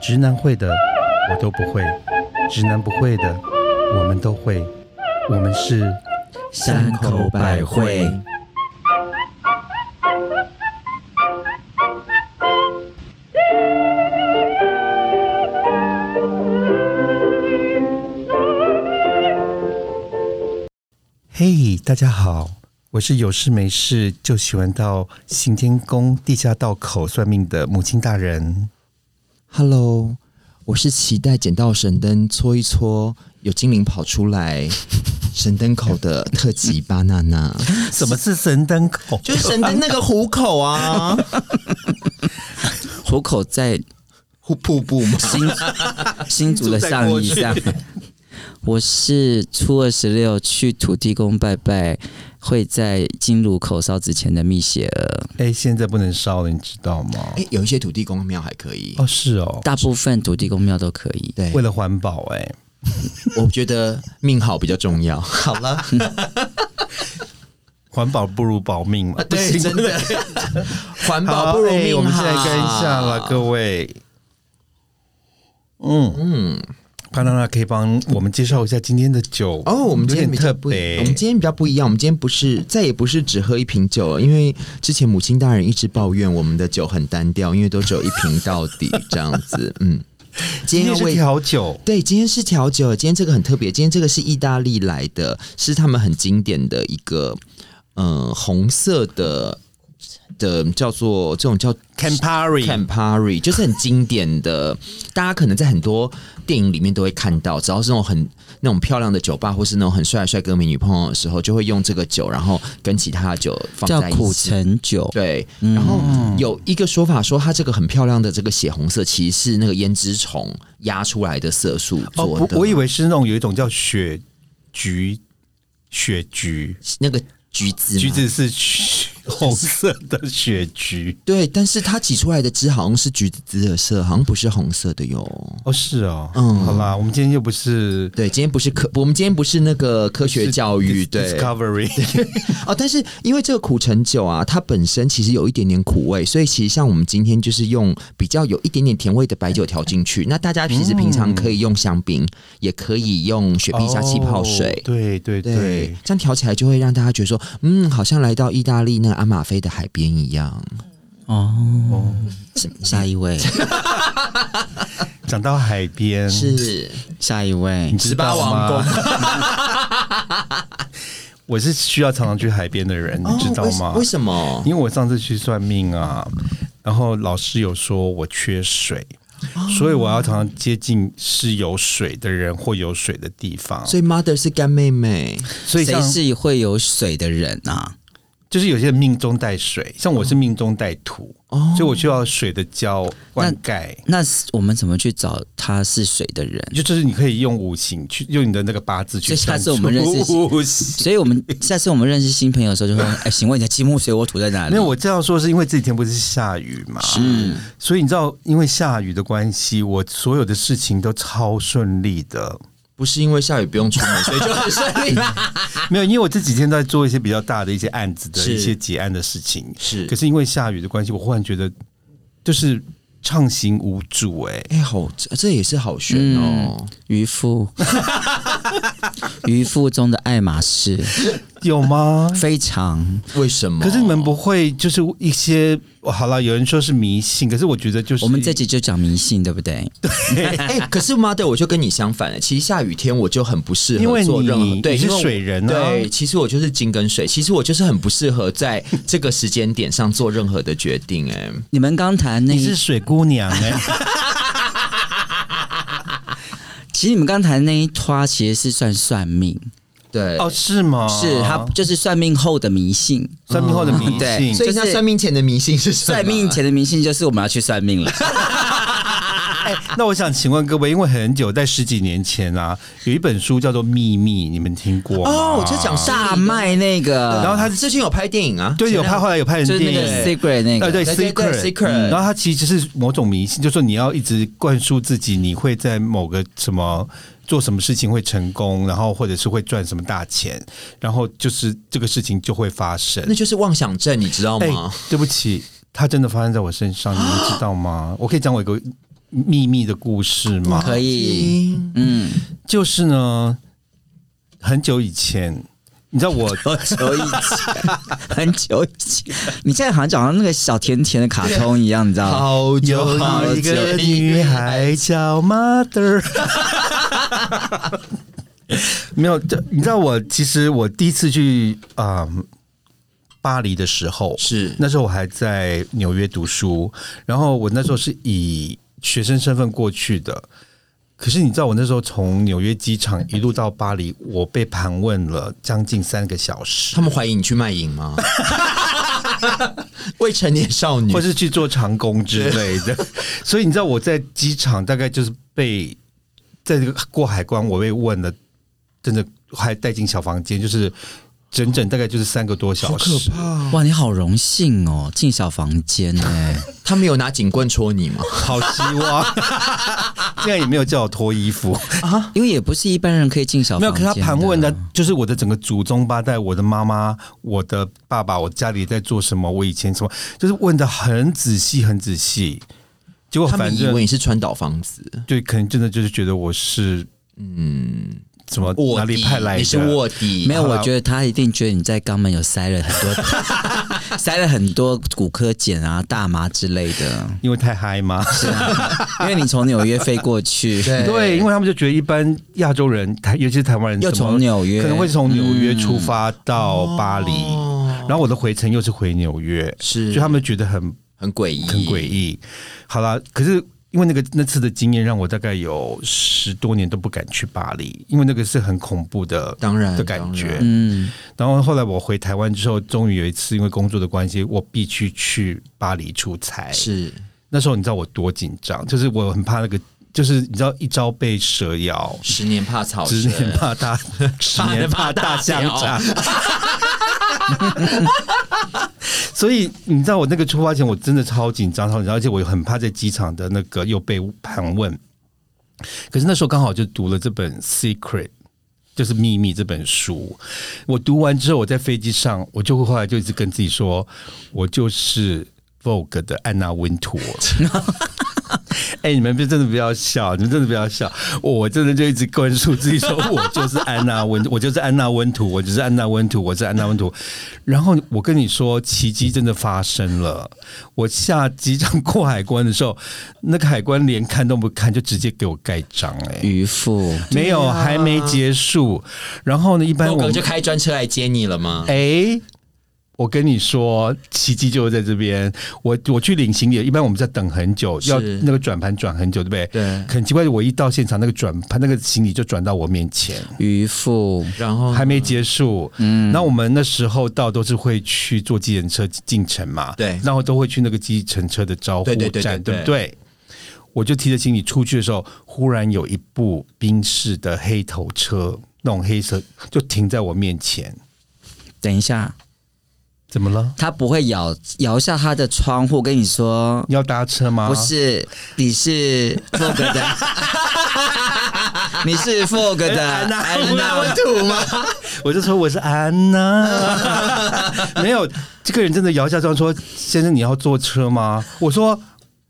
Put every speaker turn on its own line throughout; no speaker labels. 直男会的我都不会，直男不会的我们都会，我们是
山口百惠。
嘿大家好，我是有事没事就喜欢到行天宫地下道口算命的母亲大人。
Hello，我是期待捡到神灯搓一搓，有精灵跑出 来，神灯口的特级巴娜娜，
什么是神灯 口？
就是神灯那个虎口啊，
虎口在
瀑瀑布吗？
新新竹的上衣 上。我是初二十六去土地公拜拜，会在金炉口烧纸钱的蜜雪儿。
哎、现在不能烧了，你知道吗？
哎、有一些土地公庙还可以。
哦，是哦，
大部分土地公庙都可以。
对
为，了环保、哎，
我觉得命好比较重要。好了，
环保不如保命 嘛。不
对，
行
真的，环
好，
保不如
哎
命啊好。
我们现在看一下了，各位。嗯嗯，巴娜娜可以帮我们介绍一下今天的酒
哦，我们今天
有
比
点
较
特
不，
别。
我们今天比较不一样。我们今天不是再也不是只喝一瓶酒了，因为之前母亲大人一直抱怨我们的酒很单调，因为都只有一瓶到底这样 子。嗯，
今
今天
天
要
是
为
调酒，
对，今天是调酒，今天这个很特别，今天这个是意大利来的，是他们很经典的一个嗯、呃红色的的叫做这种叫
Campari
Campari 就是很经典的，大家可能在很多电影里面都会看到，只要是那种很那种漂亮的酒吧，或是那种很帅的帅哥美女朋友的时候，就会用这个酒，然后跟其他的酒放
叫
在一
苦
起。
橙酒，
对，
嗯
然后有一个说法说，它这个很漂亮的这个血红色，其实是那个胭脂虫压出来的色素
哦，
做的。
不，我以为是那种有一种叫雪菊，雪菊，
那个橘子嘛，
橘子是雪红色的雪菊。
对，但是它挤出来的汁好像是橘子汁的色，好像不是红色的哟。
哦，是哦，
嗯
好啦，我们今天又不是
对，今天不是科，我们今天不是那个科学教育，
Dis-
对，
Discovery，
哦，但是因为这个苦橙酒啊，它本身其实有一点点苦味，所以其实像我们今天就是用比较有一点点甜味的白酒调进去。那大家其实平常可以用香槟，也可以用雪碧加气泡
哦
水。
对对
对
对，，
这样调起来就会让大家觉得说，嗯，好像来到意大利那个阿马菲的海边一样。
哦，
哦，
下一位，
讲到海边，
是，
下一位
你，知道吗？ 我是需要常常去海边的人，你知道吗
哦？为为什么？
因为我上次去算命啊，然后老师有说我缺水，
哦
所以我要常常接近是有水的人或有水的地方。
所以 mother 是干妹妹，
所以
谁
像
是会有水的人啊？
就是有些人命中带水，像我是命中带土，
哦
所以我需要水的浇灌溉。
那是我们怎么去找他是水的人？
就就是你可以用五行去用你的那个八字去
所以
算
下次
出
我
五行，
们认识所以我们下次我们认识新朋友的时候，就会问：哎、请问你的金木水火土在哪里？
没有，我这样说是因为这几天不是下雨嘛，
是
所以你知道，因为下雨的关系，我所有的事情都超顺利的。
不是因为下雨不用出门，所以就 很顺利。
啊
没有，因为我这几天都在做一些比较大的一些案子的
是
一些结案的事情，
是
可是因为下雨的关系，我忽然觉得就是畅行无阻、哎，
哎、好，这这也是好悬
嗯
哦。
渔夫，渔夫中的爱马仕
有吗？
非常
为什么？
可是你们不会就是一些好了，有人说是迷信，可是我觉得就是
我们这集就讲迷信，对不对？
哎、可是 mother 我就跟你相反了。其实下雨天我就很不适
因为
合做
你
任何对，
你是
因为我
水人啊
对，其实我就是金跟水，其实我就是很不适合在这个时间点上做任何的决定、哎，
你们刚谈那
你
一，
是水姑娘哎、
其实你们刚谈那一趴其实是算算命，
对，
哦是吗？
是他就是算命后的迷信。
算命后的迷
对
信
所。以那
就是
算命前的迷信是什么
算命。前的迷信就是我们要去 算命了，
那我想请问各位，因为很久在十几年前啊，有一本书叫做《秘密》，你们听过吗？
哦，我就讲是
大麦那个，
然后他最近有拍电影啊，
对，有拍，后来有拍
就
成
是那
电
个
影。
secret 那
呃，
个，
对
对对对
，secret，
secret
嗯然后它其实是某种迷信，就说你要一直灌输自己，你会在某个什么做什么事情会成功，然后或者是会赚什么大钱，然后就是这个事情就会发生。
那就是妄想症，你知道
哎
吗？
对不起，它真的发生在我身上，你们知道吗？我可以讲我一个秘密的故事吗？
可以，嗯，
就是呢，很久以前，你知道我
多久以前？很久以前，你现在好像讲到那个小甜甜的卡通一样，你知道吗？
好久有一个女孩叫 Mother。没有，这你知道我其实我第一次去啊、嗯巴黎的时候，
是
那时候我还在纽约读书，然后我那时候是以学生身份过去的。可是你知道，我那时候从纽约机场一路到巴黎，我被盘问了将近三个小时，
他们怀疑你去卖淫 吗？未成年少女
或是去做长工之类 的。所以你知道，我在机场大概就是被在这个过海关，我被问了，真的还带进小房间，就是整整大概就是三个多小时。
怕！
哇，你好荣幸哦，进小房间哎、
他们有拿警棍戳你吗？
好希望， 现在也没有叫我脱衣服，
因为也不是一般人可以进小
没
房
有。可
间。
是他盘问的，就是我的整个祖宗八代，我的妈妈、我的爸爸，我家里在做什么，我以前什么，就是问的很仔细，很仔细。结果
他们
反
以
正
为你是川岛芳子，
对，可能真的就是觉得我是嗯，怎么
卧
哪
底
里派来的？
你是卧底，
没有，
好
我
啦
觉得他一定觉得你在肛门有塞了很 多，塞了很多骨科碱啊、大麻之类 的，
因为太嗨吗？
是啊，因为你从纽约飞过去，
对，因为他们就觉得一般亚洲人，台尤其是台湾人，
又
怎么
从纽约，
可能会从纽
嗯
约出发到巴黎，然后我的回程又是回纽约，
哦是嗯
所以他们觉得很
很诡异，
很诡异。好啦，可是因为那个那次的经验，让我大概有十多年都不敢去巴黎，因为那个是很恐怖的
当然
的感
当
觉
然。
嗯，
然后后来我回台湾之后，终于有一次因为工作的关系，我必须去巴黎出差。
是
那时候你知道我多紧张，就是我很怕那个，就是你知道一朝被蛇咬，
十年怕草绳，
十年怕大，十年怕大香肠。所以你知道我那个出发前，我真的超紧张，超紧张，而且我很怕在机场的那个又被盘问。可是那时候刚好就读了这本《Secret》，就是《秘密》这本书。我读完之后，我在飞机上，我就会后来就一直跟自己说，我就是。Vogue 的安娜温图尔， 哎、你们别真的不要笑，你们真的不要笑，我真的就一直灌输自己说，我就是安娜温，我就是安娜温图，我就是安娜温图，我是安娜温图。然后我跟你说，奇迹真的发生了。我下机场过海关的时候，那个海关连看都不看，就直接给我盖章、哎，
嗯渔夫，
没有，还没结束。然后呢，一般
波
我
哥
们
就开专车来接你了吗？
哎、我跟你说，奇迹就在这边。我我去领行李，一般我们在等很久，
是
要那个转盘转很久，对不对？
对
很奇怪，我一到现场，那个转盘那个行李就转到我面前，
渔夫，
然后
还没结束。嗯，那我们那时候到都是会去坐计程车进城嘛，
对
然后都会去那个计程车的招呼
对
站，
对对对
不对？我就提着行李出去的时候，忽然有一部宾士的黑头车，那种黑色就停在我面前，
等一下，
怎么了？
他不会摇摇下他的窗户，跟你说。
你要搭车吗？
不是，你是 Vogue 的，你是 Vogue 的哎
安娜
安娜温
图吗？ 我就说我是安娜， 没有这个人真的摇下窗说：“先生，你要坐车吗？”我说：“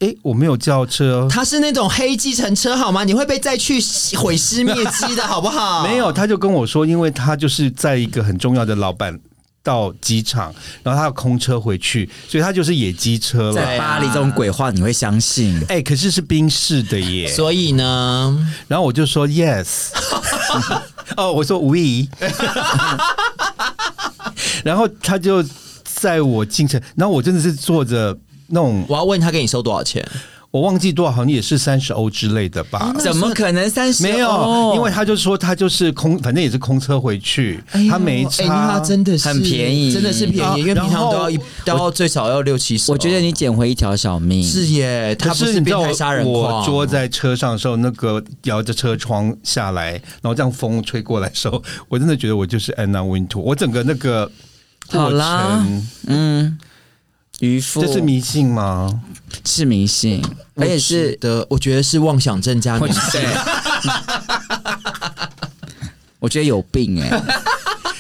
诶，我没有叫车。
他是那种黑计程车好吗？你会被再去毁尸灭迹的好不”好？
没有，他就跟我说，因为他就是在一个很重要的老板到机场，然后他要空车回去，所以他就是野鸡车了。
在巴黎这种鬼话你会相信？
哎、可是是宾士的耶，
所以呢，
然后我就说 yes，哦，我说 we，然后他就载我进城，然后我真的是坐着那种，
我要问他给你收多少钱？
我忘记多少，好像也是三十欧之类的
哦
吧。
怎么可能三十？哦
没有，因为他就说他就是空，反正也是空车回去，他没差。啊
哎那他真的是
很便宜
真的是便宜，因为
然
平
后
常都要一都要最少要六七十。
我觉得你捡回一条小命。
是耶，
嗯
他
可
不
你知
变
道
态杀人
我
狂。
我坐在车上的时候，那个摇着车窗下来，然后这样风吹过来的时候，我真的觉得我就是安娜温图，我整个那个
好
过
啦
程。
嗯，渔夫
这是迷信吗？
是迷信，
我
而且
觉
是
得，我觉得是妄想症加迷信。
对， 我觉得有病哎、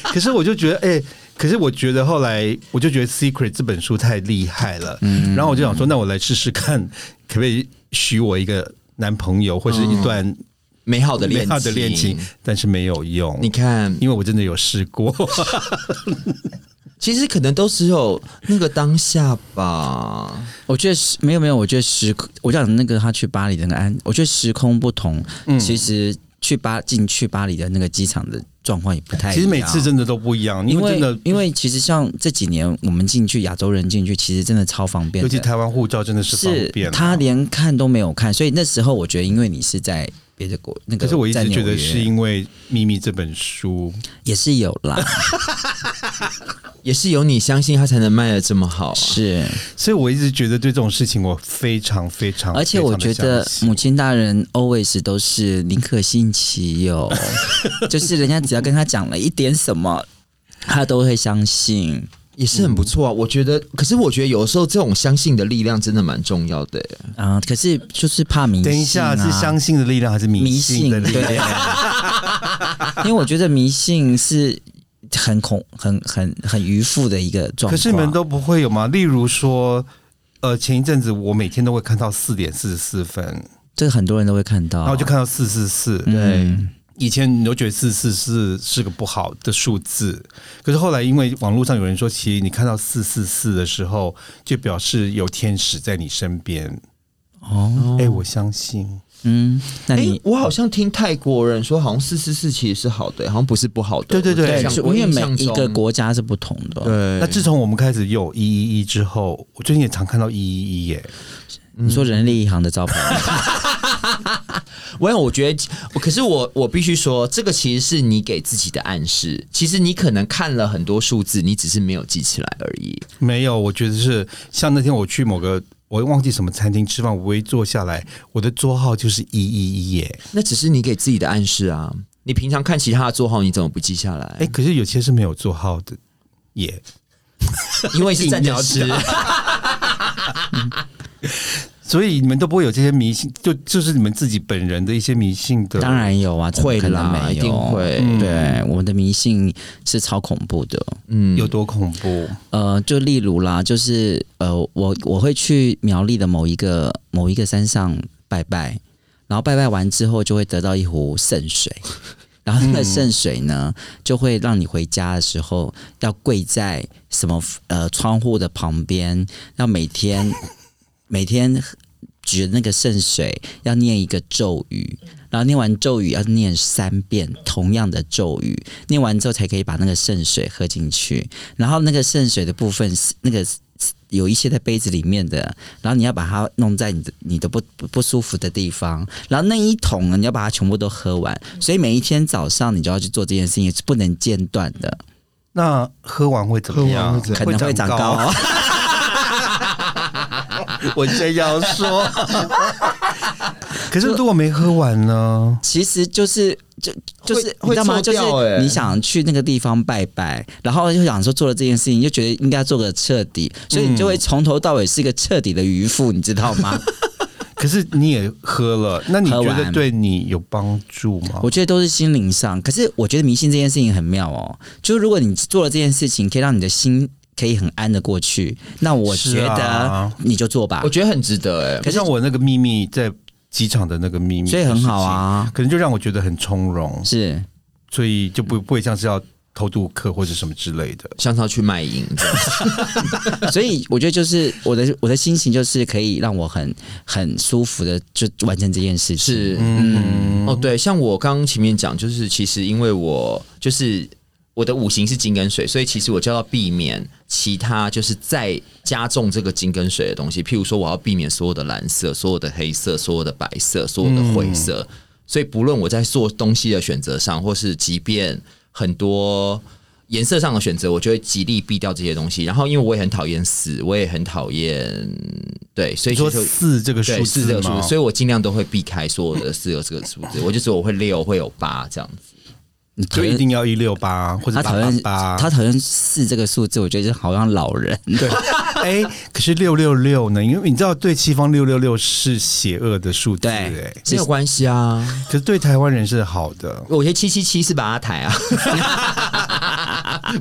可是我就觉得，哎、可是我觉得后来，我就觉得《Secret》这本书太厉害了，然后我就想说，那我来试试看可不可以许我一个男朋友或是一段
嗯
美好的恋
美好的恋情？但是没有用，
嗯
你看，
因为我真的有试 过，
其实可能都只有那个当下吧。
我觉得时没有没有，我觉得时空，我讲那个他去巴黎的那个安，我觉得时空不同，
嗯
其实去巴进去巴黎的那个机场的状况也不太一样。
其实每次真的都不一样，
因
为真的，
哎因为其实像这几年我们进去亚洲人进去，其实真的超方便
尤
的，
其台湾护照真的是方
是
便啊，
他连看都没有看，所以那时候我觉得，因为你是在别的国，那个
可是我一直觉得
在
是
纽约
因为《秘密》这本书，
也是有 啦，
也是有你相信他才能卖的这么好、啊。
是，
所以我一直觉得对这种事情我非常非常，
而且我觉
非常地
得
相信
母亲大人 always 都是宁可信其 有，就是人家只要跟他讲了一点什么，他都会相信。
也是很不错啊。我觉得，可是我觉得有时候这种相信的力量真的蛮重要的、
啊、可是就是怕迷信、啊。
等一下是相信的力量还是迷
迷
信
信
的力 量？
对，因为我觉得迷信是很恐、很很很愚妇的一个状况。
可是你们都不会有吗？例如说，呃，前一阵子我每天都会看到四点四十四分，
这个很多人都会看到，
然后就看到四四四。
嗯
以前你都觉得四四四是个不好的数字，可是后来因为网络上有人说，其实你看到四四四的时候，就表示有天使在你身边。
哦，
哎、我相信。
嗯，那
哎、
你
我好像听泰国人说，好像四四四其实是好的、好像不是不好的。
对对对
我印
像
是
象
因为每
我印
一
象
个
中
国家是不同的，哦
对，
那自从我们开始有一一一之后，我最近也常看到一一一耶。
你说人力银行的招牌，
我有，我觉得，我可是我我必须说，这个其实是你给自己的暗示。其实你可能看了很多数字，你只是没有记起来而已。
没有，我觉得是像那天我去某个我忘记什么餐厅吃饭，我一坐下来，我的桌号就是一一一耶。
那只是你给自己的暗示啊。你平常看其他的座号，你怎么不记下来？
哎、可是有些是没有座号的耶，
因为是站
硬
着
要
吃，
所以你们都不会有这些迷信，就就是你们自己本人的一些迷信的。
当，然有啊，怎么
会
可能
啦，
没
一定
有。
会。
嗯
对，我们的迷信是超恐怖的。哦
嗯，
有多恐怖？
呃，就例如啦，就是呃，我我会去苗栗的某一个某一个山上拜拜，然后拜拜完之后就会得到一壶圣水， 然后那个圣水呢，就会让你回家的时候要跪在什么呃窗户的旁边，要每天 每天举着那个圣水要念一个咒语。然后念完咒语要念三遍同样的咒语，念完之后才可以把那个圣水喝进去。然后那个圣水的部分是那个是有一些在杯子里面的，然后你要把它弄在你的你的不不不舒服的地方，然后那一桶呢，你要把它全部都喝完，所以每一天早上你就要去做这件事情，是不能间断的，
那喝完会怎么
喝完
样
会？怎
可能会长高 哦。
我真要 说。可是如果没喝完呢？
其实就是就就是
会
你知道吗？
会臭
就
掉欸
是你想去那个地方拜拜，然后就想说做了这件事情，就觉得应该做个彻底，所以你就会从头到尾是一个彻底的渔夫，你知道吗？
可是你也喝了，那你
喝
觉
完
得对你有帮助吗？
我觉得都是心灵上，可是我觉得迷信这件事情很妙哦。就是如果你做了这件事情，可以让你的心可以很安的过去，那我
是
觉得
啊
你就做吧
我。觉得很值得哎、
可像我那个秘密在机场的那个秘密，
所以很好，啊，
可能就让我觉得很从容，
是
所以就不不会像是要偷渡客或者什么之类的。
像是要去卖淫这样，
所以我觉得就是我的我的心情就是可以让我很很舒服的就完成这件事情。
是
嗯，
哦，对，像我刚刚前面讲，就是其实因为我就是我的五行是金跟水，所以其实我就要避免其他就是再加重这个金跟水的东西，譬如说我要避免所有的蓝色、所有的黑色、所有的白色、所有的灰色。
嗯
所以不论我在做东西的选择上，或是即便很多。颜色上的选择，我就会极力避掉这些东西。然后，因为我也很讨厌死，我也很讨厌对，所
你
以
说
就
四这个
对，
数
是这
字
个数
吗？
字，所以哦我尽量都会避开所有的四个这个数字，我就说我会六，会有八这样子。
你
就
讨
一
厌
定要一六八或者
他
八
讨
八
厌
八。
他讨厌四这个数字，我觉得就好像老人。
对，哎、可是六六六呢？因为你知道，对西方六六六是邪恶的数字、
对
哎，
没有关系啊，
可是对台湾人是好的。
我觉得七七七是把它抬啊，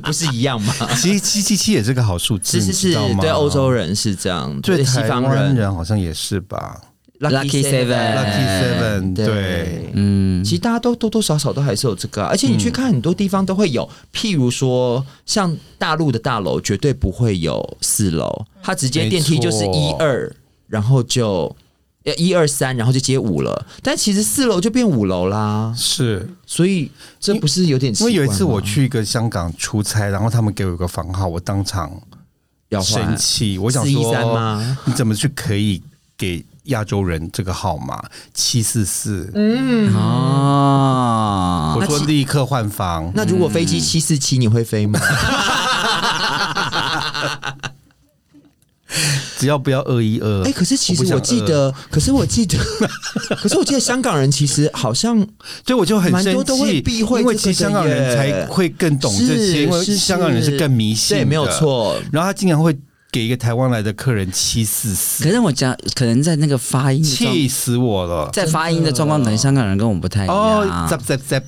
不是一样吗？嗯
其实七七七也是个好数字，
是
你
是是
知道，吗
对欧洲人是这样，
对
对西
台
方
湾
人
人好像也是吧
Lucky Seven
，Lucky Seven，对，
嗯，
其实大家都多多少少都还是有这个啊、而且你去看很多地方都会有，譬如说像大陆的大楼绝对不会有四楼，它直接电梯就是
没错
一二，然后就呃一二三，然后就接五了。但其实四楼就变五楼啦，
是
所以这不是有点奇
因
怪
为
吗
有一次我去一个香港出差，然后他们给我一个房号，我当场
要
生
换啊
气，我想
四一三
说，
吗？
你怎么去可以给亚洲人这个号码七四四？
嗯
哦，
我说立刻换房，
那如果飞
嗯
机七四七，你会飞 吗？
只要不要二一二。
哎、可是其实我记
我
得，可是我记得， 可是我记得香港人其实好像
不想二，所以我就很
蛮
生
多都会
气，
避讳
因为
这个
其实香港人
的耶
才会更懂这
是
些，因为
是
香港人是更迷信，
对，没有。错。
然后他竟然会给一个台湾来的客人七四四，
可是我讲，可能在那个发音的状，
气死我了！
在发音的状况，可能香港人跟我们不太一
哦
啊
样，
，zap zap zap，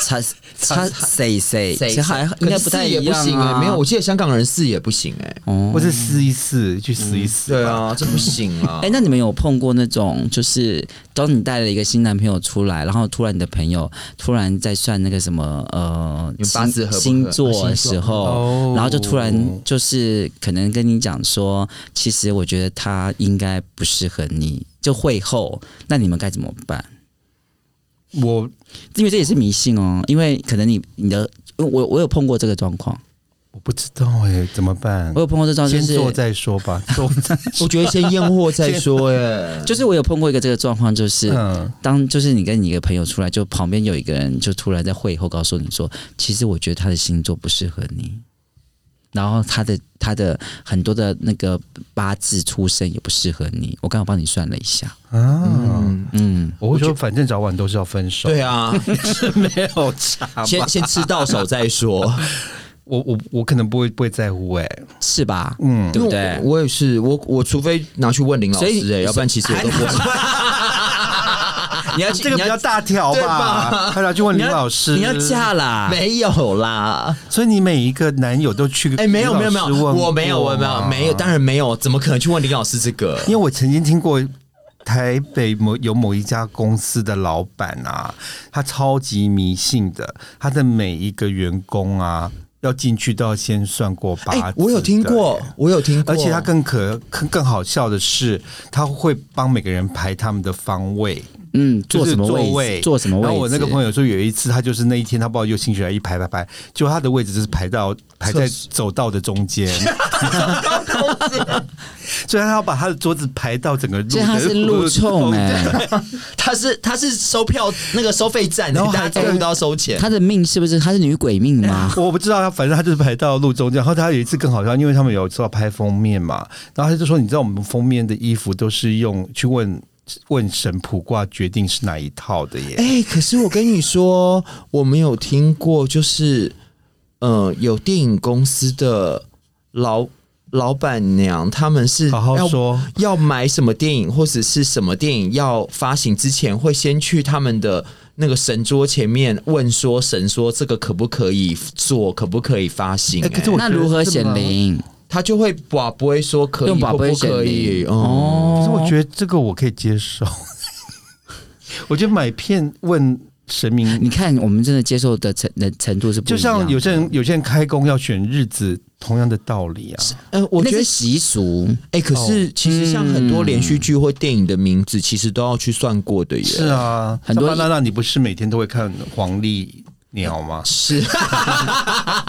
差差谁谁，其
谁
实还应该不太一
也不
样
行哎、
啊，
没有，我记得香港人四也不行哎、
哦
或是撕一撕，去撕一撕。
对，啊，这不行啊。
哎、那你们有碰过那种，就是当你带了一个新男朋友出来，然后突然你的朋友突然在算那个什么呃
你们八字合不合
星座
啊
的
星座
时候，
哦
然后就突然就是可能跟你讲说，其实我觉得他应该不适合你，就会后，那你们该怎么办？
我
因为这也是迷信哦，因为可能你你的我我有碰过这个状况，
我不知道哎，怎么办
我？有碰过这状况，
先
哦就是
做再说吧，做再
我觉得先验货再 说哎、
就是我有碰过一个这个状况， 就是。
嗯，
当就是你跟你一个朋友出来，就旁边有一个人就突然在会后告诉你说，其实我觉得他的星座不适合你，然后他的他的很多的那个八字出生也不适合你。我刚好帮你算了一下，
啊，
嗯，
我会说反正早晚都是要分手，
对啊，
没有差吧。
先先吃到手再说。
我我我可能不会不会在乎哎，
是吧？
嗯，
对不
因为
对
我我也是，我我除非拿去问林老师
所以
哎、要不然其实我都不会。 你要去
这个比较大条
对
吧？ 还要去问林老师，
你要嫁啦？
没有啦，
所以你每一个男友都去
哎、没有没有没有，
林老师问过啊
我没有我没有
吗
没有，当然没有，怎么可能去问林老师这个？
因为我曾经听过台北某有某一家公司的老板啊，他超级迷信的，他的每一个员工啊，要进去都要先算过八
哎、
字、
我有听过，，我有听过，
而且他 更可更更好笑的是，他会帮每个人排他们的方位，
嗯，
就
坐
是
什么
座
位
位，
置？坐什么位置？
然后我那个朋友说，有一次他就是那一天，他不知道有兴趣来一排排排，就他的位置就是排到排在走道的中 间，所以他要把他的桌子排到整个路的，
所以他是 路冲哎、
他是他是收票那个收费站，然
后
后
还
大家走路都要收钱。
他的命是不是？他是女鬼命吗？
我不知道他，反正他就是排到路中间。然后他有一次更好笑，因为他们有知道拍封面嘛，然后他就说：“你知道我们封面的衣服都是用去问问神卜卦决定是哪一套的耶。
哎、可是我跟你说，我没有听过，就是呃，有电影公司的老老板娘，他们是
好好
要
说
要买什么电影或者是什么电影要发行之前，会先去他们的。那个神桌前面问说：“神说这个可不可以做？可不可以发行、
哎可是 我
那如何显灵？
他就会把不会说可以
用宝
或
贝
不
显
可以
灵
哦。
可是我
哦，
觉得这个我可以接受，我觉得买片问神
你
明，
看我们真的接受的程的程度是不一
就
样的
像有些人有些人开工要选日子，同样的道理啊。
嗯、我
那
觉
是
得
习俗，
哎、可是其实像很多连续剧或电影的名字，其实都要去算过的耶。
是啊，
很多
像巴娜娜，你不是每天都会看黄历鸟吗？
是，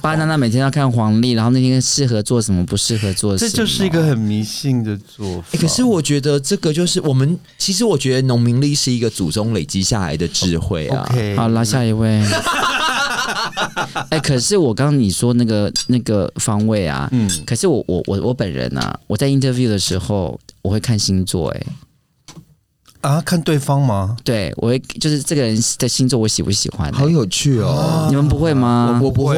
巴娜娜每天要看黄历，然后那天适合做什么，不适合做
这
什么，
就是一个很迷信的做法。
哎可是我觉得这个就是我们，其实我觉得农民历是一个祖宗累积下来的智慧啊。
OK，
好啦，下 一位。哎、可是我刚刚你说那个那个方位啊，
嗯
可是我我我我本人啊，我在 interview 的时候我会看星座、哎，
啊，看对方吗？
对我会就是这个人的星座我喜不喜欢、哎
好有趣哦！
你们不会吗？
我不会，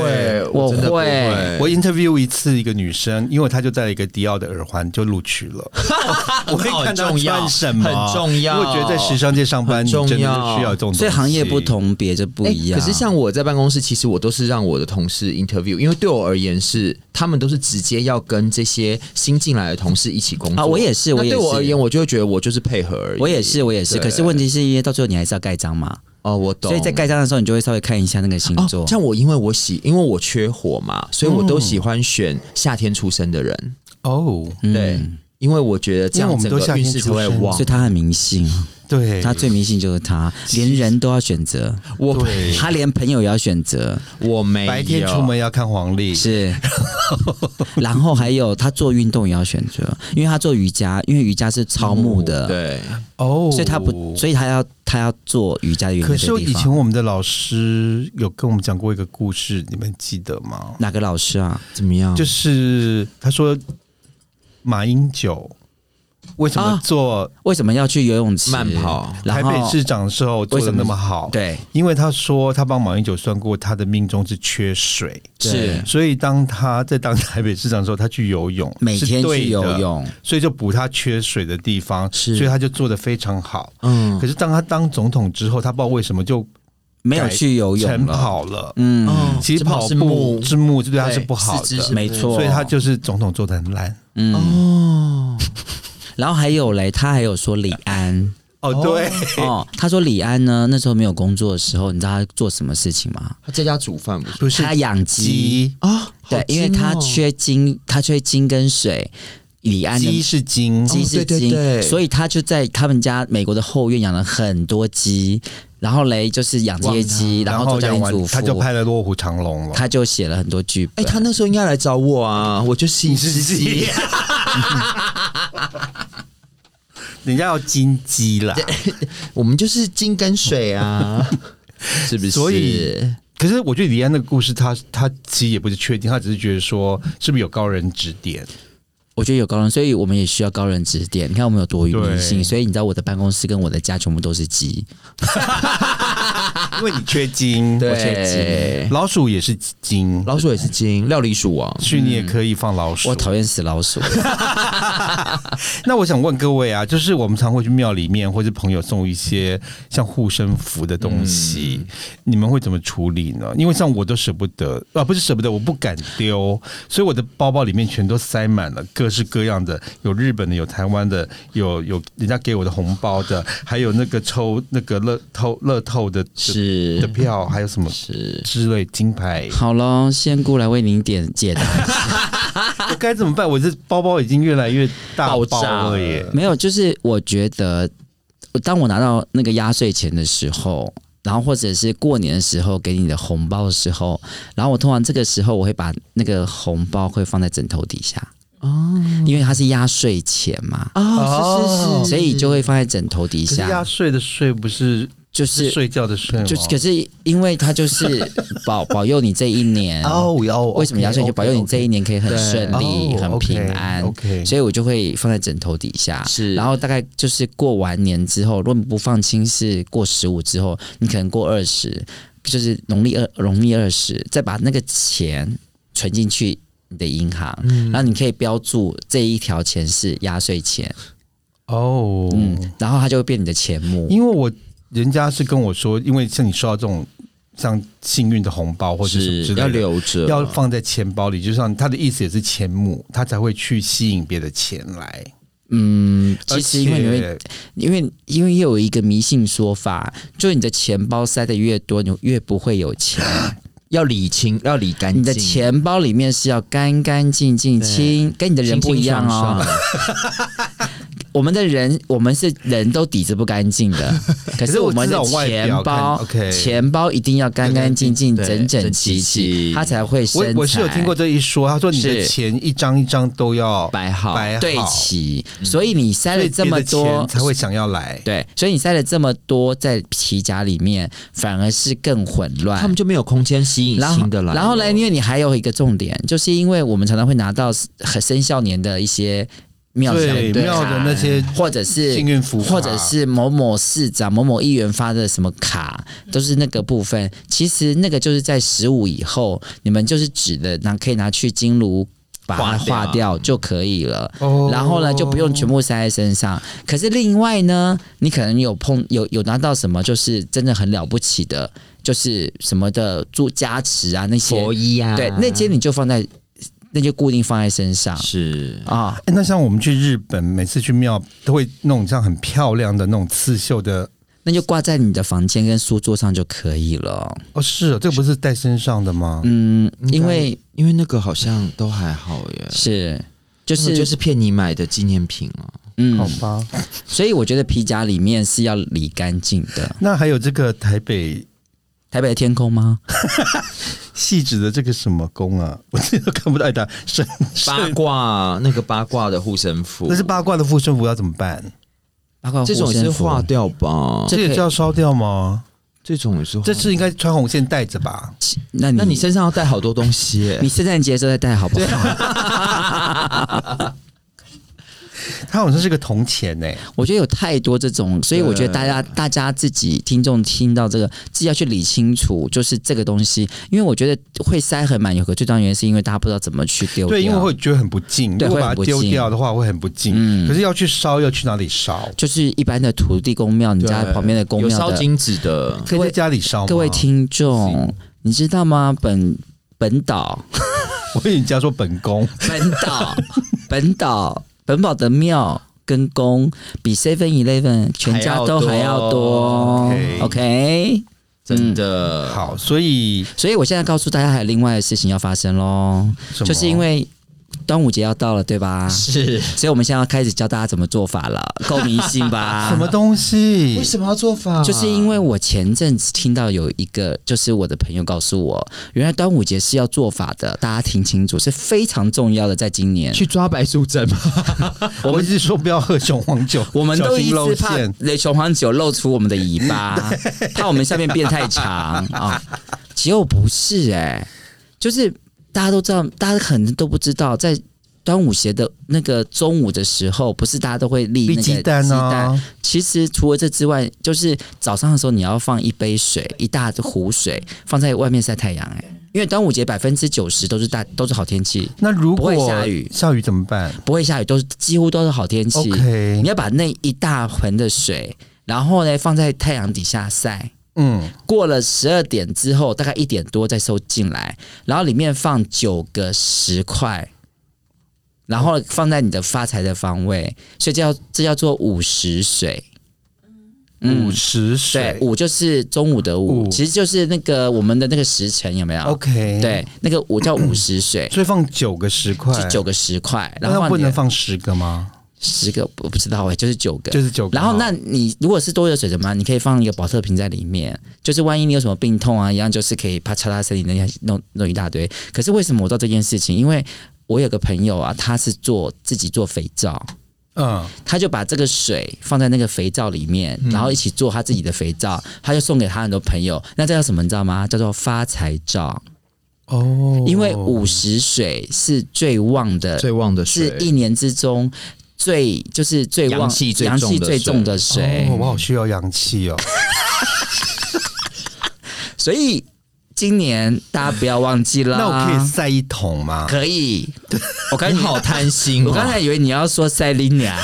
我
真的不
会
我 interview 一次一个女生，因为她就戴了一个迪奥的耳环就录取了。 啊我会看她
很重要
穿什么，
很重要
因为我觉得在时尚界上班，
很
你
重要
真的需要这种东西。
所以行业不，同别就不
哎
一样。
可是像我在办公室，其实我都是让我的同事 interview，因为对我而言是他们都是直接要跟这些新进来的同事一起工作
啊我也是
那
我也
对我
是
而言，我就会觉得我就是配合而已。
我也是，我也是，
对
可是问题是因为到最后你还是要盖章嘛，
哦，我懂。
所以在盖章的时候，你就会稍微看一下那个星
哦
座，。
像我因为我喜，因为我缺火嘛，所以我都喜欢选夏天出生的人。
哦，
嗯
对，哦因为我觉得
因为
这样
我们
整
都夏
个
天
运势才会
出生
旺
所以。他很迷信，
对，
他最迷信就是他，连人都要选择，
我
对
他连朋友也要选择，
我没有
白天出门要看黄历，
是。 然后还有他做运动也要选择，因为他做瑜伽，因为瑜伽是超木的，，
对，
哦，
所以他不，所以他要他要做瑜伽的原因
可
在这
是
个地
以前
方。
我们的老师有跟我们讲过一个故事，你们记得吗？
哪个老师啊？
怎么样？
就是他说马英九为什么
啊
做
为什么要去游泳池
慢跑
台
然
北
后
市长的时候做的那么好？，
对
因为他说他帮马英九算过，他的命中是缺水，
是
所以当他在当台北市长的时候，他去游泳，
每天
是对
去
的
游，泳，
所以就补他缺水的地方，
是
所以他就做的非常好。
嗯
可是当他当总统之后，他不知道为什么就
没有去游
晨
泳了。
跑了。
嗯，
嗯
其实
晨跑
跑
是
步
木
之木就对他是不好
四肢是
的，
没错
所以他就是总统做的很烂。
嗯，
哦，
然后还有嘞，他还有说李安
哦，对，
哦，他说李安呢，那时候没有工作的时候，你知道他做什么事情吗？
他在家煮饭不是
不是
他养鸡，
鸡，
啊？
对
好，精
因为他
哦
缺金，他缺金跟水。李安
鸡
的
是金，
鸡
哦
是
对对
金，
对
所以他就在他们家美国的后院养了很多鸡，然后嘞就是养这些鸡，然后
后
做家
养
庭
完
主妇，
他就拍了《卧虎藏龙》了。
他就写了很多剧
哎、
本。
他那时候应该来找我啊，我就是啊一只鸡，
人家要金鸡啦。
我们就是金跟水啊， 是不是？
所以可是我觉得李安那个故事他，他其实也不是确定，他只是觉得说是不是有高人指点。
我觉得有高人，所以我们也需要高人指点。你看我们有多迷
对
信，所以你知道我的办公室跟我的家全部都是鸡，
因为你缺金，
对
我缺
老鼠也是金，
老鼠也是金，料理鼠王。
去你也可以放老
鸡。
鼠。
我讨厌死老鼠，
那我想问各位啊，就是我们常会去庙里面，或是朋友送一些像护身符的东西，你们会怎么处理呢？因为像我都舍不得啊，不是舍不得，我不敢丢，所以我的包包里面全都塞满了各式各样的，有日本的，有台湾的，有有人家给我的红包的，还有那个抽那个乐透乐透的的的
是
票，还有什么
是。
之类金牌，
好喽，仙姑来为您点解答。
我该怎么办？我这包包已经越来越大
爆炸
包了耶！
没有，就是我觉得，当我拿到那个压岁钱的时候，然后或者是过年的时候给你的红包的时候，然后我通常这个时候我会把那个红包会放在枕头底下哦，因为它是压岁钱嘛，
哦，是是是，
所以就会放在枕头底
可是压
下，
岁的税不是
就是
是睡觉的睡吗，
就是，可是因为它就是 保保佑你这一年
哦哦，
为什么压岁钱保佑你这一年可以很顺利、
对哦
很平安
OK，OK
所以我就会放在枕头底下。
是
然后大概就是过完年之后，如果你不放轻是过十五之后，你可能过二十，就是农历二农历二十，再把那个钱存进去你的银行，
嗯
然后你可以标注这一条钱是压岁钱，
哦？
嗯，然后它就会变你的钱目。
因为我人家是跟我说，因为像你收到这种像幸运的红包或者什么之
是
类的
要。留着，
要放在钱包里，就像他的意思也是钱母，他才会去吸引别的钱来。
嗯，其实因为你会
而且
因为因为又有一个迷信说法，就是你的钱包塞的越多，你越不会有钱。
要理清，要理干净。
你的钱包里面是要干干净净、清，跟你的人不一样哦
清清。
我们的人，我们是人都底子不干净 的，可
是
是
我
我们
知
的
道外
钱
表看
包
，OK
钱包一定要干干净净、
对
整整齐
整齐
齐
齐，
它才会
我
生
我是有
财
听过这一说，他说你的
是
钱一张一张都要
摆好、
摆好嗯
对齐，所以你塞
所
了
以
这
别
么
的
多
钱才会想要来。
对，所以你塞了这么多在皮夹里面，反而是更混乱。
他们就没有空间吸引
然后
新的来，
然后呢，因
你
为你还有一个重点，就是因为我们常常会拿到很生肖年的一些庙上
最
对
妙的
卡
那些
或者是
幸运符卡
或者是某某市长、某某议员发的什么卡，都是那个部分。其实那个就是在十五以后，你们就是指的拿可以拿去金炉。把它
划掉
化掉就可以了，
哦
然后呢就不用全部塞在身上。可是另外呢，你可能有碰有有拿到什么，就是真的很了不起的，就是什么的做加持啊那些，
佛衣啊，
对那些你就放在那就固定放在身上
是
啊。
哎那像我们去日本，每次去庙都会弄这样很漂亮的那种刺绣的。
那就挂在你的房间跟书桌上就可以了。
哦，是哦，这个不是带身上的吗？
嗯，
该
因为
因为那个好像都还好耶，
是就
那
是
个嗯就是骗你买的纪念品啊。
好
嗯，
吧，
所以我觉得皮夹里面是要理干净的。
那还有这个台北
台北的天空吗？
细致的这个什么宫啊， 我自己都看不到哎它是
八卦那个八卦的护身符，
那是八卦的护身符要怎么办？
八卦
这种
护
也
身
是
符
化掉吧？
这
这
可以
个就要烧掉吗？
这种也是化
这次应该穿红线带着吧？
那你
那你身上要带好多东西耶、
你圣诞节的时候再带好不好？
它好像是个铜钱呢、
我觉得有太多这种，所以我觉得大家大家自己听众听到这个，自己要去理清楚，就是这个东西，因为我觉得会塞很满，有个最重要的原因是因为大家不知道怎么去丢掉。
对，因为会觉得很不敬，
对
如果
会
把
很
它
不
丢
敬
掉的话会很不敬。
嗯
可是要去烧，要去哪里烧？
就是一般的土地公庙，你
对
家旁边的公
有
庙
烧
的
金纸的，
可以在家里烧吗？
各位，听众，你知道吗？本本岛
我跟你家说本宫，
本岛本岛本岛的庙跟宫比 Seven Eleven 全家都还要多。
还要多
OK，
真
呃
的、
好，所以
所以我现在告诉大家，还有另外的事情要发生喽，
什么
就是因为端午节要到了，对吧？
是
所以我们现在要开始教大家怎么做法了，够迷信吧？
什么东西
为？什么要做法？
就是因为我前阵子听到有一个，就是我的朋友告诉我，原来端午节是要做法的，大家听清楚，是非常重要的。在今年，
去抓白素 贞嘛，
我们一直说不要喝雄黄酒，
我们都
小
一
心露
直怕
馅。
雷雄黄酒露出我们的 尾巴，怕我们下面变太长啊、结果不是哎、就是大家都知道，大家可能都不知道，在端午节的那个中午的时候，不是大家都会立那
立
个
鸡蛋啊，
其实除了这之外，就是早上的时候你要放一杯水，一大壶水放在外面晒太阳、哎，因为端午节百分之九十都是大都是好天气，
那如
不
果
会下雨
下雨怎么办
不会下雨，都是几乎都是好天气。
？OK，
你要把那一大盆的水，然后呢放在太阳底下晒。
嗯，
过了十二点之后，大概一点多再收进来，然后里面放九个十块，然后放在你的发财的方位，所以这叫这叫做午时水。
五十
嗯对，
水
午就是中午的午，
午
其实就是那个我们的那个时辰有没有
，OK，，，
对，那个午叫午时水
所以放九个十块，
是九个十块，然后
那不
你的
能放十个吗？
十个，我不知道哎、就是九个。
就是九个。
然后，那你如果是多余的水怎么办？你可以放一个保特瓶在里面，就是万一你有什么病痛啊，一样就是可以啪嚓啦身体那些弄弄一大堆。可是为什么我知道这件事情？因为我有个朋友啊，他是做自己做肥皂，
嗯，
他就把这个水放在那个肥皂里面，然后一起做他自己的肥皂，他就送给他很多朋友。那这叫什么？你知道吗？叫做发财皂，
哦，
因为午时水是最旺的，
最旺的
是
水，
一年之中最就是最旺
阳气最
阳气
重的
最
水
重的水，
哦，我好需要阳气哦。
所以今年大家不要忘记啦。
那我可以塞一桶吗？
可以，我刚
你好贪心、哦，
我刚才以为你要说塞琳娜，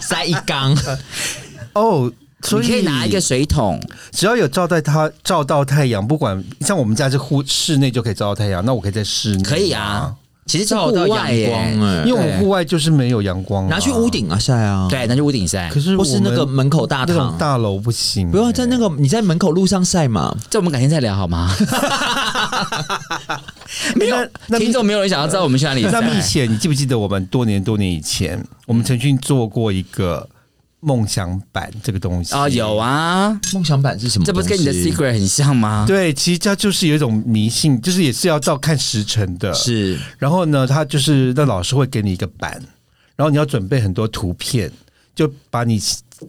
塞一 缸，
哦， 所
你可以拿一个水桶，
只要有照在它照到太阳，不管像我们家是户室内就可以照到太阳，那我可以在室内吗
可以啊，。其实是
照
户
到阳光
外耶、
哎、
因为我们户外就是没有阳光啊，
拿去屋顶啊晒啊，，
对，那就屋顶晒。
可是
或
我
是
们
那个门口大
那种
堂。
大楼不行，
不要在那个你在门口路上晒嘛，
这我们改天再聊 好吗？没有
那，那
听众没有人想要知道我们去哪里嗯
那蜜
在。
姐，你记不记得我们多年多年以前，我们曾经做过一个梦想版这个东西
哦，有啊，
梦想版是什么
这
东
不
西？
是跟你的 secret 很像吗？
对，其实它就是有一种迷信，就是也是要照看时辰的。
是
然后呢，他就是那老师会给你一个板，然后你要准备很多图片，就把你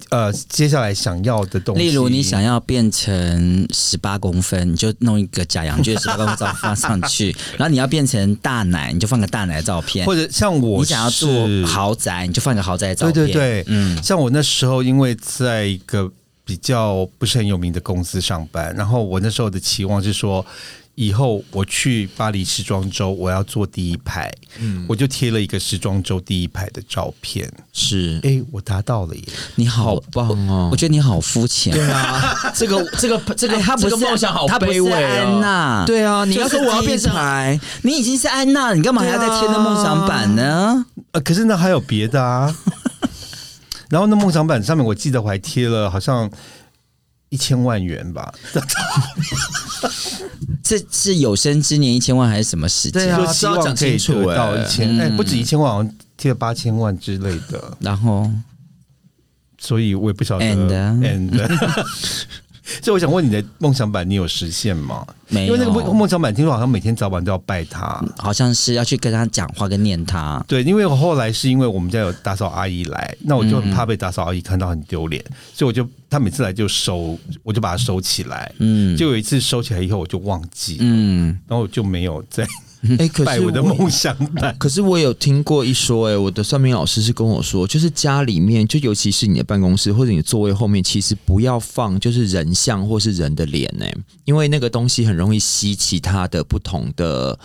呃接下来想要的东西，
例如你想要变成十八公分，你就弄一个假洋芋十八公分照片放上 去；然后你要变成大奶，你就放个大奶的照片；
或者像我
你想要住
是
豪宅，你就放个豪宅的照
对
片。
对对，
嗯，
像我那时候，因为在一个比较不是很有名的公司上班，然后我那时候的期望是说，以后我去巴黎时装周，我要坐第一排，我就贴了一个时装周第一排的照片，
是
哎，我达到了耶！
你好棒
哦
我觉得你好肤浅。
对啊， 这个这个这个
哎他不
这
是
个梦想好
他不
卑
是
微啊
安娜，
对啊，你要
就是
说我要
第一
变成
排，你已经是安娜，你干嘛还要再贴
对
那
啊
梦想版呢？
呃，可是那还有别的啊。 然后那梦想版上面，我记得我还贴了好像一千万元吧，
这是有生之年一千万还是什么时
对
间？
啊
就希望可以
这要讲清楚
得到
哎
一千，哎、不止一千万，好像贴了八千万之类的。
然后
所以我也不晓得。
And
and 所以我想问你的梦想版，你有实现吗？因
没有，
为那个梦梦想版，听说好像每天早晚都要拜他。
好像是要去跟他讲话跟念他。
对，因为我后来是因为我们家有打扫阿姨来，那我就很怕被打扫阿姨看到很丢
嗯
脸，所以我就她每次来就收，我就把它收起来。
嗯，
就有一次收起来以后，我就忘记，
嗯，
然后我就没有再
哎，可
拜
是
我的梦想版。
可是我有听过一说、欸，哎，我的算命老师是跟我说，就是家里面，就尤其是你的办公室或者你的座位后面，其实不要放就是人像或是人的脸，哎，因为那个东西很容易吸其他的不同的，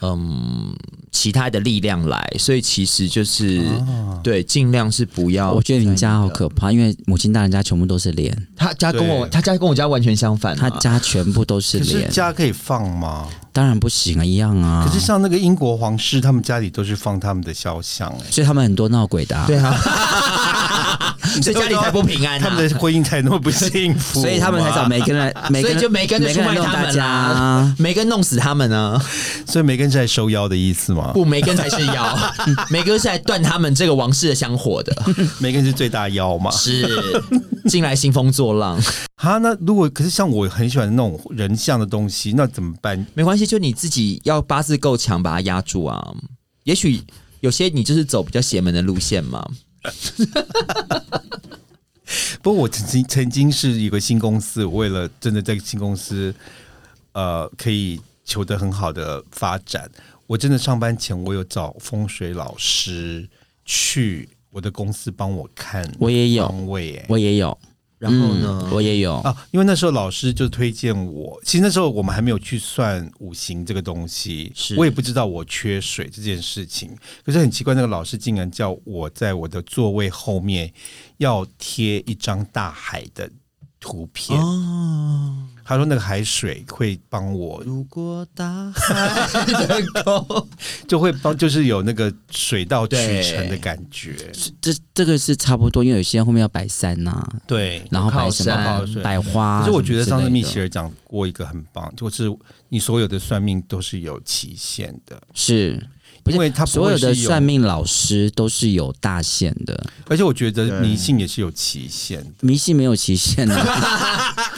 嗯，其他的力量来，所以其实就是、对，尽量是不要。
哦我觉得你家好可怕，因为母亲大人家全部都是脸，
他家跟我
对
他家跟我家完全相反、
他
啊，
家全部都 是
可是
脸，
家可以放吗？
当然不行啊，一样啊
可。是像那个英国皇室，他们家里都是放他们的肖像、哎。
所以他们很多闹鬼的、啊，
对啊， 所以家里才不平安、啊，
他们的婚姻才那么不幸福，
哎 所以他们才找。梅根来， 梅
所
根
以就梅根就出卖
弄
他
大
们
家
啦
啊。，
梅根弄死他们呢、
所以梅根是在收腰的意思吗？
不，梅根才是 妖，梅根是来断他们这个王室的香火的，
梅根是最大腰嘛？
是进来兴风作浪，
哈，那如果可是像我很喜欢那种人像的东西，那怎么办？
没关系，就你自己要八字够强，把它压住啊。也许有些你就是走比较邪门的路线嘛，
不过我曾经曾经是一个新公司，为了真的在新公司，呃，可以求得很好的发展，我真的上班前我有找风水老师去我的公司帮我看
我也有
方位、哎
我也有，
然后呢，
嗯我也有，
啊，因为那时候老师就推荐我，其实那时候我们还没有去算五行这个东西，
是
我也不知道我缺水这件事情。可是很奇怪，那个老师竟然叫我在我的座位后面要贴一张大海的图片，
哦，
他说那个海水会帮我，
如果大海能够，
就会帮，就是有那个水到渠
对
成的感觉。
这这个是差不多，因为有些人后面要摆山呐、
对，
然后摆什
靠
么
山
摆花啊、
可是我觉得上次密歇
尔
尔讲过一个很棒，就是你所有的算命都是有期限的。
是。不是
因为他不
所
会
有
是
的算命老师都是有大限的，
而且我觉得迷信也是有期限的。
迷信没有期限 的，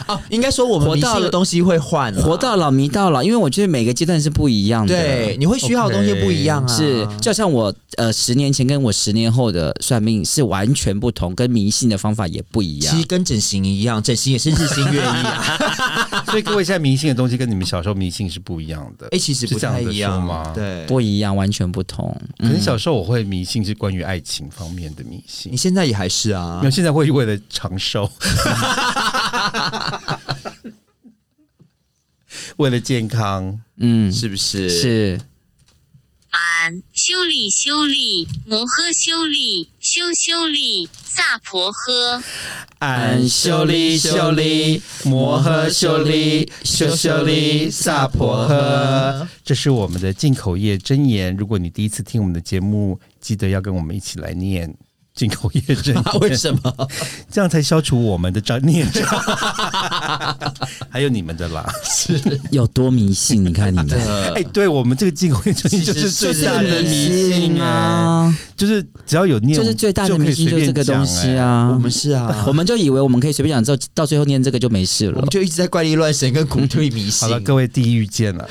哦应该说我们
活
迷
到
信的
了
东西会换啊、
活到老迷到老，因为我觉得每个阶段是不一样的。
对，你会需要的东西不一样啊，
是，就像我呃十年前跟我十年后的算命是完全不同，跟迷信的方法也不一
其实
样。
跟整形一样，整形也是日新月异啊。
所以各位现在迷信的东西跟你们小时候迷信是不一样的
哎、。其实
是
不
这样
太
子
一样
说吗
对，
不一样，完全不同。嗯
可能小时候我会迷信是关于爱情方面的迷信
你，现在也还是啊
没有，现在会为了长寿，为了健康。
嗯，
是不是？
是
俺修理修理摩诃修理修修理萨婆诃。
俺
修利修利摩诃修利修修利
萨婆诃。这是我们的进口业真言。如果你第一次听我们的节目，记得要跟我们一起来念进口业真言
啊，，为什么？
这样才消除我们的障念障，还有你们的啦。
有多迷信？你看你们。
哎、对我们这个进口业真言就是最
其实是
大的
迷
迷信啊，
啊，
就是只要有念，
就是最大的迷信
就
就
可以
是
随
这
便
个
讲
东西。
哎
啊
我。们是啊，
我们就以为我们可以随便讲，之后到最后念这个就没 事
我
了
们。就一直在怪力乱神跟古推迷
好
信。
了，各位地狱见 了。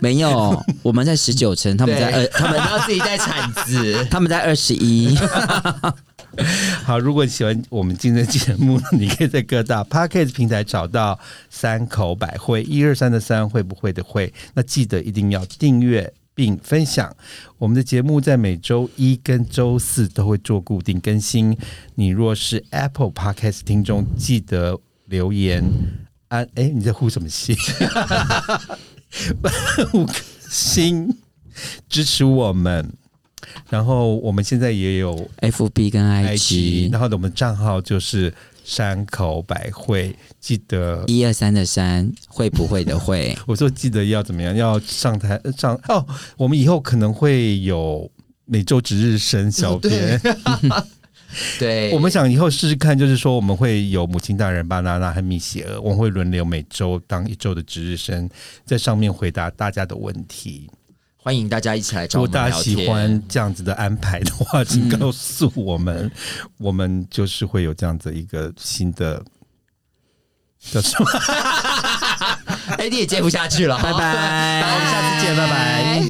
没有，我们在十九层，他们在
对
二，他们。
们要自己带铲子
他们在二十一。
好，如果你喜欢我们今天的节目，你可以在各大 podcast 平台找到三口百惠，一二三的三会不会的会。那记得一定要订阅。并分享我们的节目，在每周一跟周四都会做固定更新。你若是 Apple Podcast 听众，记得留言。啊，哎、你在呼什么戏？ 五颗星支持我们。然后我们现在也有
FB 跟
IG，
IG，
然后我们账号就是山口百惠，记得。
一二三的三会不会的会
我说记得要怎么样？要上台呃上哦，我们以后可能会有每周值日生小编，
对，
我们想以后试试看，就是说我们会有母亲大人、巴娜娜和米歇尔，我们会轮流每周当一周的值日生，在上面回答大家的问题。
欢迎大家一起来
如
找我
果
们
大家
聊
喜
天
欢这样子的安排的话，请告诉我们，我们就是会有这样子一个新的叫什么？
哎，你也接不下去了，
拜拜
好我们下次见，拜拜。